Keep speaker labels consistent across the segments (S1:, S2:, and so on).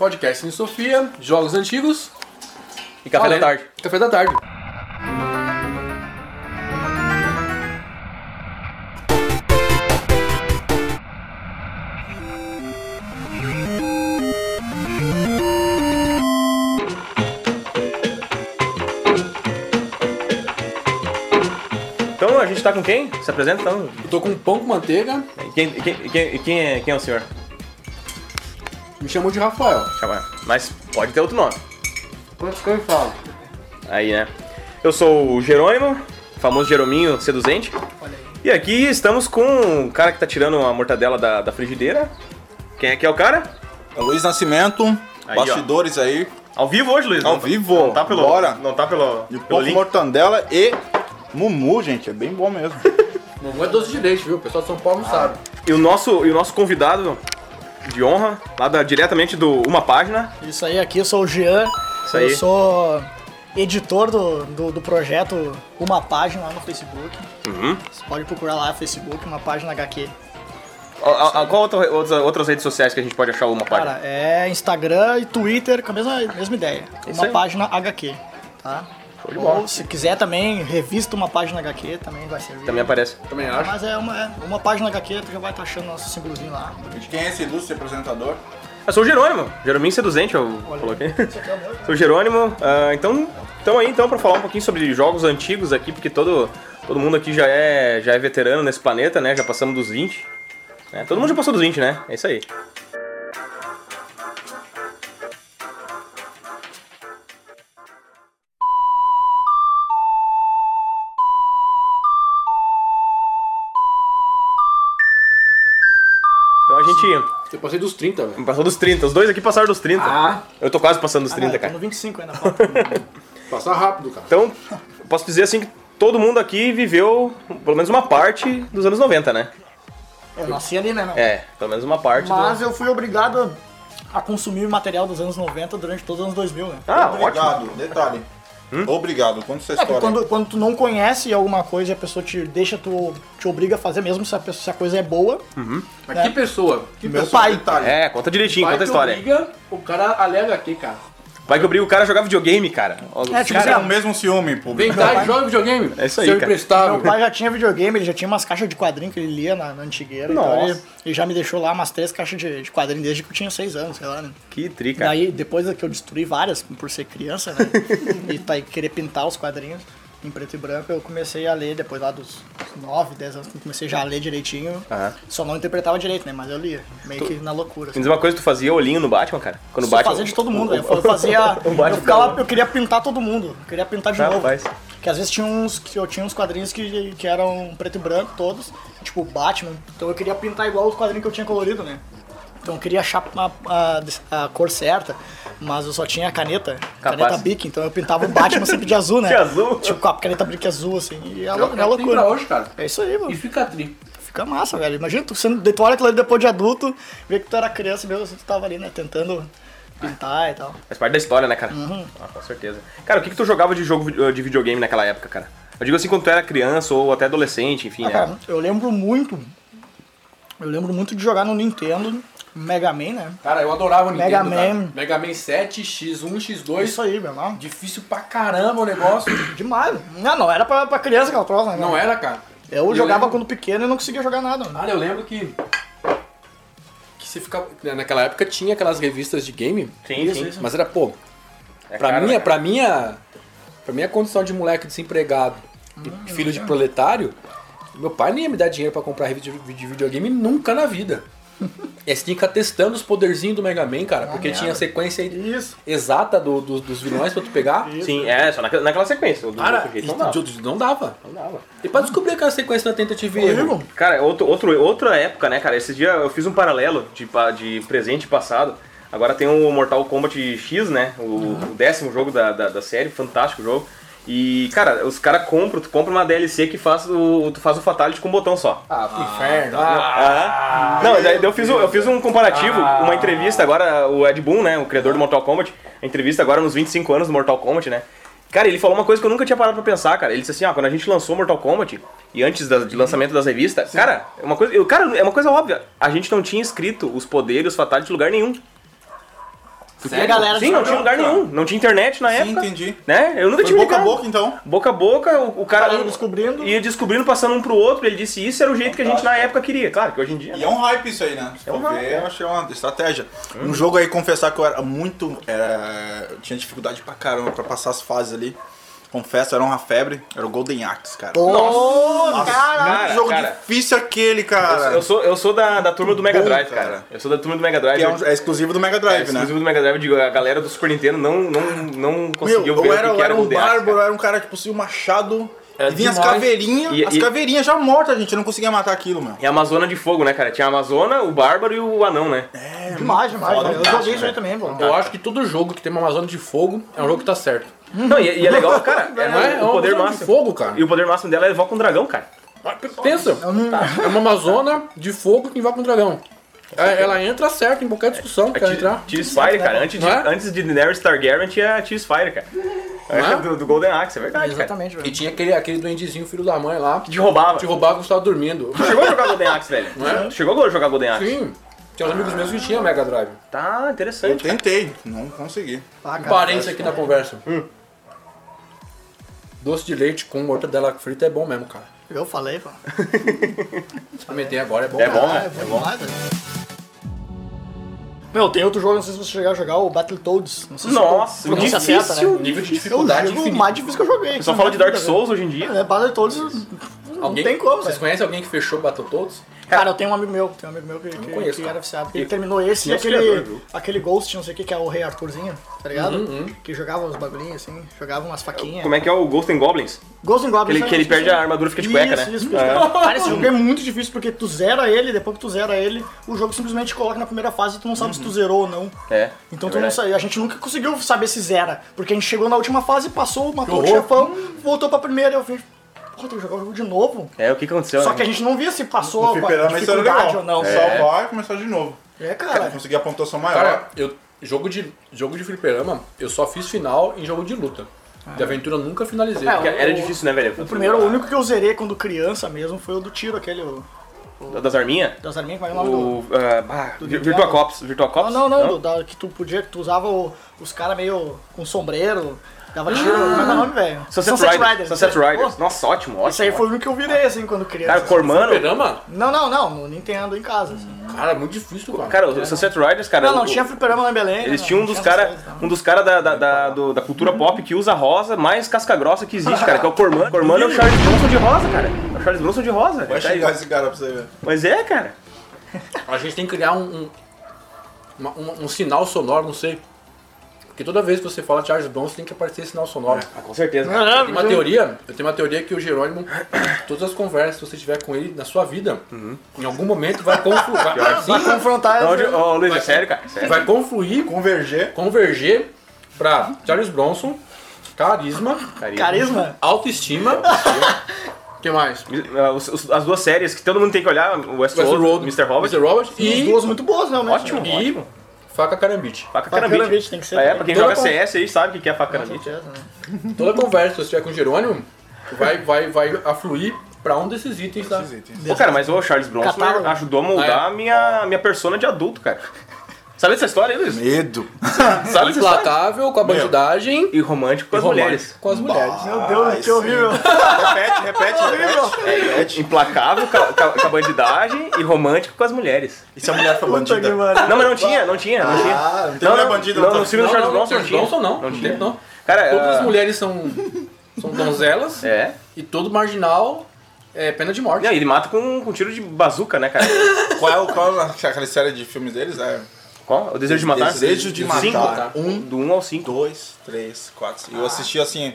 S1: Podcast Cine Sofia, jogos antigos.
S2: E café
S1: Valendo.
S2: da tarde.
S1: Café da tarde.
S2: Então a gente tá com quem? Se apresenta então.
S1: Eu tô com um pão com manteiga,
S2: Quem, quem, quem, quem é, quem é o senhor?
S1: me chamou de Rafael.
S2: Chama. Mas pode ter outro nome.
S1: Quanto que eu falo?
S2: Aí, né? Eu sou o Jerônimo, famoso Jerominho seduzente. E aqui estamos com o cara que tá tirando a mortadela da, da frigideira. Quem é que é o cara?
S3: É Luiz Nascimento,
S2: Aí,
S3: bastidores aí,
S2: Ao vivo hoje, Luiz?
S3: Ao
S2: Não-
S3: vivo.
S2: Não tá pelo.
S3: Bora.
S2: Não tá pelo.
S3: de
S2: pelo
S3: Pop Mortandela e Mumu, gente, é bem bom mesmo.
S1: Não é doce de leite, viu? O pessoal de São Paulo
S4: Ah.
S1: não sabe.
S2: E o nosso, e o nosso convidado de honra, lá da- diretamente do Uma Página.
S4: Isso aí, aqui eu sou o Jean.
S2: Isso aí.
S4: Eu sou editor do, do, do projeto Uma Página lá no Facebook.
S2: Uhum.
S4: Você pode procurar lá no Facebook, Uma Página HQ.
S2: A, a- a- qual outra- outras, outras redes sociais que a gente pode achar o Uma Página?
S4: Cara, é Instagram e Twitter com a mesma, mesma ideia.
S2: Isso
S4: uma
S2: aí.
S4: Página HQ, tá?
S2: de bola.
S4: Ou se quiser também, revista Uma Página HQ também vai servir.
S2: Também aparece.
S1: Também acho.
S4: Mas é uma, é uma Página HQ, tu já vai estar achando nosso símbolozinho lá.
S3: Gente, quem é esse ilustre apresentador?
S2: Eu Ah, sou o Jerônimo, Jerominho Seduzente, eu coloquei.
S4: Isso aqui é o meu, né?
S2: sou o Jerônimo, ah, então estamos aí então para falar um pouquinho sobre jogos antigos aqui, porque todo, todo mundo aqui já é, já é veterano nesse planeta, né? Já passamos dos 20. né? Todo mundo já passou dos 20, né? É isso aí. Então a gente
S1: Eu passei dos 30, velho.
S2: passou dos 30, os dois aqui passaram dos 30.
S1: Ah,
S2: Eu tô quase passando dos
S4: Ah, não,
S2: 30,
S4: eu tô
S2: cara.
S4: no 25 ainda, falta.
S1: passa rápido, cara.
S2: Então, eu posso dizer assim que todo mundo aqui viveu pelo menos uma parte dos anos 90, né?
S4: Eu nasci ali, né? Não.
S2: É, pelo menos uma parte
S4: Mas
S2: do...
S4: eu fui obrigado a consumir material dos anos 90 durante todos os anos 2000, né?
S2: Ah, ótimo.
S3: Obrigado, detalhe. Obrigado, Hum? quando você
S4: É, porque
S3: história.
S4: quando, quando tu não conhece alguma coisa e a pessoa te deixa, tu te obriga a fazer, mesmo se a, pessoa- se a coisa é boa.
S2: Uhum.
S1: Mas
S4: É.
S1: que pessoa. Que
S4: Meu
S3: Pessoal,
S4: pai.
S3: detalhe.
S2: É, conta direitinho,
S1: pai
S2: conta a
S1: que
S2: história.
S1: obriga o cara a ler HQ, cara.
S2: Vai que obriga o cara a jogar videogame, cara.
S4: É, tipo,
S3: Cara, é
S4: Cara,
S3: o mesmo ciúme,
S1: Vem
S3: público.
S1: cá e joga videogame.
S2: É isso aí,
S1: Seu
S2: cara.
S1: emprestável.
S4: Meu pai já tinha videogame, ele já tinha umas caixas de quadrinho que ele lia na, na antigueira. Então
S2: Nossa.
S4: ele, ele já me deixou lá umas três caixas de, de quadrinho desde que eu tinha seis anos, sei lá, né?
S2: Que tri, cara.
S4: Daí, depois é que eu destruí várias, por ser criança, né? e tá, e querer pintar os quadrinhos em preto e branco, eu comecei a ler depois lá dos 9, 10 anos, que eu comecei já a ler direitinho.
S2: Aham.
S4: Só não interpretava direito, né? Mas eu lia, meio que na loucura.
S2: Me
S4: Assim.
S2: diz uma coisa, tu fazia olhinho no Batman, cara? Quando o
S4: Só
S2: Batman...
S4: fazia de todo mundo, né? Eu fazia.
S2: O Batman
S4: eu, ficava,
S2: ficava-
S4: eu queria pintar todo mundo. Eu queria pintar de
S2: Tá,
S4: novo.
S2: rapaz.
S4: Porque às vezes tinha uns. que Eu tinha uns quadrinhos que, que eram preto e branco todos, tipo Batman. Então eu queria pintar igual os quadrinhos que eu tinha colorido, né? Então eu queria achar uma- a, a cor certa, mas eu só tinha a caneta,
S2: Capaz.
S4: caneta Bic, então eu pintava o Batman sempre de azul, né?
S2: De azul?
S4: Tipo, com a caneta Bic azul, assim, e é,
S1: É o
S4: lou- é
S1: que tem
S4: loucura.
S1: pra hoje, cara.
S4: É isso aí, mano.
S1: E fica tri.
S4: Fica massa, velho. Imagina, tu, sendo, tu olha aquilo ali depois de adulto, vê que tu era criança mesmo, assim, tu tava ali, né, tentando pintar e tal.
S2: Faz parte da história, né, cara?
S4: Uhum.
S2: Ah, com certeza. Cara, o que, que tu jogava de jogo eh, de videogame naquela época, cara? Eu digo assim, quando tu era criança ou até adolescente, enfim,
S4: Ah,
S1: É.
S2: né?
S4: cara, eu lembro muito. Eu lembro muito de jogar no Nintendo, Mega Man, né?
S1: Cara, eu adorava o Nintendo,
S4: Mega
S1: cara.
S4: Man.
S1: Mega Man 7, X1, X2.
S4: Isso aí, meu irmão.
S1: Difícil pra caramba o negócio.
S4: Demais. Não, não era pra, pra criança aquela troça, né?
S1: Não era, cara.
S4: Eu,
S1: Eu
S4: jogava
S1: lembro-
S4: quando pequeno e não conseguia jogar nada. né?
S1: Cara, eu lembro que. Que se ficava. Naquela época tinha aquelas revistas de game.
S2: Sim, sim.
S1: Mas era, pô,
S2: É
S1: pra,
S2: caro,
S1: minha,
S2: né, cara?
S1: pra minha. Pra minha condição de moleque desempregado e
S4: Hum,
S1: filho de proletário, meu pai nem ia me dar dinheiro pra comprar revista de vi- de videogame nunca na vida. E aí você tinha que ficar testando os poderzinhos do Mega Man,
S4: Ah,
S1: cara, porque tinha a sequência
S4: Isso.
S1: exata do- do- dos vilões pra tu pegar.
S2: Sim, é, só naquela, naquela sequência. Do
S1: Cara,
S2: outro
S1: e
S2: jeito, não dava.
S1: de outros não dava.
S2: Não dava.
S1: E pra descobrir aquela sequência na tentativa e erro.
S4: Horrível.
S2: Cara, é outro, outro, outra época, né, cara? Esse dia eu fiz um paralelo de, pa- de presente e passado. Agora tem o Mortal Kombat X, né? O, o décimo jogo da, da, da série, fantástico jogo. E, cara, os caras compram, tu compra uma DLC que faz o, tu faz o Fatality com um botão só.
S1: Ah, pro inferno.
S2: Ah, não, daí eu fiz, um- eu fiz um comparativo, uma entrevista agora, o Ed Boon, né, o criador do Mortal Kombat, a entrevista agora nos 25 anos do Mortal Kombat, né? Cara, ele falou uma coisa que eu nunca tinha parado pra pensar, cara. Ele disse assim, ó, quando a gente lançou Mortal Kombat, e antes da- de lançamento das revistas, cara, é uma coisa, eu- cara, é uma coisa óbvia, a gente não tinha escrito os poderes fatais de lugar nenhum.
S4: E a galera
S2: Sim, não tinha lugar nenhum. Não tinha internet na
S5: Sim,
S2: época.
S5: entendi.
S2: Né? Eu nunca
S5: Foi
S2: tive
S5: boca a boca, então.
S2: Boca a boca, o, o cara
S4: Cara, ia descobrindo.
S2: ia descobrindo, passando um pro outro. Ele disse isso era o jeito que a gente na época queria. Claro que hoje em dia.
S5: E é um hype isso aí, né? Se
S2: É um
S5: for
S2: hype,
S5: ver, eu achei uma estratégia. Um jogo aí, confessar que eu era muito. Era, eu tinha dificuldade pra caramba pra passar as fases ali. Confesso, era uma febre. Era o Golden Axe, cara.
S2: Nossa,
S5: que jogo difícil aquele, cara.
S2: Eu sou, eu sou da, da turma do Mega
S5: Bom,
S2: Drive,
S5: cara.
S2: cara. Eu sou da turma do Mega Drive.
S5: Que é, um- é exclusivo do Mega Drive,
S2: É,
S5: né?
S2: exclusivo do Mega Drive, eu digo, a galera do Super Nintendo não, não, não
S5: Meu,
S2: conseguiu ver
S5: eu era,
S2: o que,
S5: eu
S2: que
S5: era um
S2: Golden Axe,
S5: bárbaro, eu
S2: cara.
S5: era um cara que possuía um machado.
S1: Era
S5: e vinha as
S1: demais.
S5: caveirinhas,
S2: E-
S5: as
S2: e-
S5: caveirinhas já mortas, gente. Eu não conseguia matar aquilo, meu.
S2: E a Amazona de Fogo, né, cara? Tinha a Amazona, o Bárbaro e o Anão, né?
S4: Demais, demais.
S5: Foda
S4: Eu
S5: um
S4: joguei isso aí também, pô.
S1: Eu acho que todo jogo que tem uma Amazônia de fogo é um jogo que tá certo.
S2: Não, e, e é legal, cara. É,
S1: Não é? É
S2: o
S1: uma
S2: poder
S1: Amazônia
S2: máximo.
S1: de fogo, cara.
S2: E o poder máximo dela é invoca um dragão, cara.
S1: Pensa, é uma Amazônia de fogo que invoca um dragão. É, Ela entra certo em qualquer discussão que ela entrar.
S2: T-Spire, cara. Antes de,
S1: Não é?
S2: antes de Daenerys Targaryen tinha a T-Spire, cara.
S1: é?
S2: Do, do Golden Axe, é verdade, cara.
S4: Exatamente,
S1: E
S4: velho.
S1: tinha aquele, aquele duendezinho, filho da mãe lá,
S2: Que te roubava.
S1: te roubava quando você tava dormindo.
S2: Tu Chegou a jogar Golden Axe, velho?
S1: é?
S2: Tu Chegou a jogar Golden Axe?
S1: Sim, tinha uns amigos meus que tinham Mega Drive.
S2: Tá
S5: Eu
S2: interessante.
S5: tentei, não consegui.
S4: Ah, cara.
S1: Parência aqui na conversa. Doce de leite com mortadela frita é bom mesmo, cara.
S4: Eu falei, pô.
S1: Experimentei agora, é bom.
S2: É
S1: mesmo.
S2: bom,
S4: Ah,
S2: né?
S4: é bom demais, velho. Meu, tem outro jogo, não sei se você chegar a jogar, o Battletoads. Não sei se
S2: Nossa,
S4: você pronuncia certa,
S2: difícil.
S4: né?
S1: Nível de
S4: É o
S1: dificuldade
S4: jogo
S1: infinito.
S4: mais difícil que é eu joguei.
S2: O pessoal fala de Dark Souls hoje em dia.
S4: É, Battletoads não
S1: Alguém-
S4: tem como,
S1: Vocês
S4: velho.
S1: conhecem alguém que fechou Battletoads?
S4: Cara, eu tenho um amigo meu, tem um amigo meu que, que-
S1: conheço,
S4: que
S1: cara.
S4: era viciado. Ele terminou esse e
S2: Nossa,
S4: aquele,
S2: criador, viu?
S4: aquele Ghost, não sei o que, que é o Rei Arthurzinho, tá ligado? Que jogava uns bagulhinhos assim, jogava umas faquinhas.
S2: uhum. Como é que é o Ghost and Goblins?
S4: Ghost and Goblins.
S2: Que ele-
S4: né?
S2: que ele
S4: Isso,
S2: perde a armadura e fica de cueca,
S4: isso,
S2: né?
S4: Isso, fica de cueca. Cara, esse jogo é muito difícil porque tu zera ele, depois que tu zera ele, o jogo simplesmente coloca na primeira fase e tu não sabe se tu zerou ou não.
S2: Uhum. É.
S4: Então
S2: é
S4: tu não
S2: verdade.
S4: saiu. A gente nunca conseguiu saber se zera. Porque a gente chegou na última fase, passou, matou o
S1: horror.
S4: chefão, voltou pra primeira e eu fiz. Pô, tem que jogar o jogo de novo.
S2: É, o que aconteceu,
S4: Só
S2: né?
S4: que a gente não via se passou com a
S5: Fliperama, isso era
S4: dificuldade
S5: legal.
S4: ou não.
S2: É.
S5: Só vai e começar de novo.
S4: É,
S5: Cara,
S4: cara.
S5: conseguir a pontuação maior.
S1: Cara, eu, jogo, de, jogo de fliperama, eu só fiz final em jogo de luta. De aventura eu nunca finalizei.
S4: É,
S2: Porque Era
S4: o-
S2: difícil, né, velho?
S4: O primeiro, o único que eu zerei quando criança mesmo foi o do tiro, aquele o-
S2: Das arminhas?
S4: das arminhas, como é o nome do.
S2: O. ah, bah,
S4: do
S2: Virtua Cops. Virtua
S4: Não,
S2: Cops?
S4: não, não, do- da- que tu podia, que tu usava o- os caras meio com sombreiro, dava tiro, como é que é o nome, velho?
S2: Sunset, Riders. Sunset Riders.
S4: é. Pô,
S2: Nossa, ótimo, ótimo.
S4: Esse aí foi o único que eu virei, assim, quando criança.
S2: Cara, Cormano.
S1: Fliperama?
S4: Não, não, não, no Nintendo em casa, assim.
S2: Hum.
S1: Cara, é muito difícil, cara.
S2: Cara, o Sunset Riders, cara.
S4: Não, não
S2: o-
S4: tinha fliperama lá em Belém.
S2: Eles
S4: não,
S2: tinham um
S4: não
S2: dos
S4: tinha
S2: caras
S4: essas coisas,
S2: um dos cara da, da, da, do- da cultura pop que usa rosa mais casca grossa que existe, cara, que é o Cormano. Cormano é o Charles Bronson de rosa, cara. É o Charles Bronson de rosa.
S5: Vai
S2: Tá aí.
S5: chegar esse cara pra você ver.
S2: Mas é, cara.
S1: A gente tem que criar um, um, uma- um- um sinal sonoro, não sei. Porque toda vez que você fala Charles Bronson tem que aparecer sinal sonoro.
S2: Ah, Com certeza.
S4: não.
S1: Tem uma teoria, Ah, eu tenho uma teoria que o Jerônimo, todas as conversas que você tiver com ele na sua vida, em algum momento vai confluir. Vai, sim,
S4: Um Confrontar assim,
S2: Ô,
S4: essa-
S2: Ju- ô, Luiz, é sério, cara. Sério.
S1: vai confluir,
S5: Converger.
S1: converger pra Charles Bronson, carisma,
S4: Carisma?
S1: autoestima. O que mais?
S2: Ah, os- os- As duas séries que todo mundo tem que olhar, o Westworld, Mr. Hobbit.
S1: Mr. Robert
S4: E...
S1: e,
S4: Duas muito boas, né, realmente.
S2: Ótimo,
S1: E-
S2: ótimo.
S1: Faca Carambite.
S2: Faca
S4: Facana
S2: Carambit.
S4: Beach tem que ser.
S2: É,
S4: também.
S2: pra quem
S1: Toda
S2: joga
S1: com-
S2: CS aí sabe o que é a faca
S4: Com
S2: Carambit.
S4: certeza, né?
S1: Toda conversa que você tiver com o Jerônimo vai, vai, vai afluir pra um desses itens da.
S2: Ô, cara, mas o Charles Bronson
S4: Catálogo.
S2: ajudou a moldar
S1: Ah,
S2: a minha, minha persona de adulto, cara. Sabe essa história aí, Luiz?
S5: Medo.
S2: Sabe essa história?
S1: Implacável com a bandidagem
S2: E romântico com as
S1: e romântico
S2: mulheres.
S1: Com as mulheres.
S4: Meu Deus, que
S5: Ah, sim.
S4: horrível.
S5: repete, repete, repete. repete.
S2: Implacável com a, com a- com a bandidagem e romântico com as mulheres.
S5: E se a mulher for
S4: Puta que
S5: bandida?
S4: pariu.
S2: Não, mas não tinha, não tinha, não tinha.
S5: Ah, não tem mulher bandida,
S2: Não,
S5: não
S2: no
S5: tá.
S2: filme do
S1: Não,
S2: Charles
S1: não,
S2: Bronson
S1: Charles
S2: não tinha.
S1: Bronson não. É.
S2: Não tinha.
S1: Não.
S2: Cara,
S1: Todas
S2: ah,
S1: as mulheres são, são donzelas
S2: É.
S1: e todo marginal é pena de morte.
S2: Não, ele mata com, com tiro de bazuca, né, cara?
S5: Qual é o qual é aquela série de filmes deles? É.
S2: Qual? O Desejo de Matar?
S5: Desejo de matar.
S2: Cinco?
S5: Um,
S2: Do 1 um ao 5.
S5: dois, três, quatro. cinco. Eu assisti assim.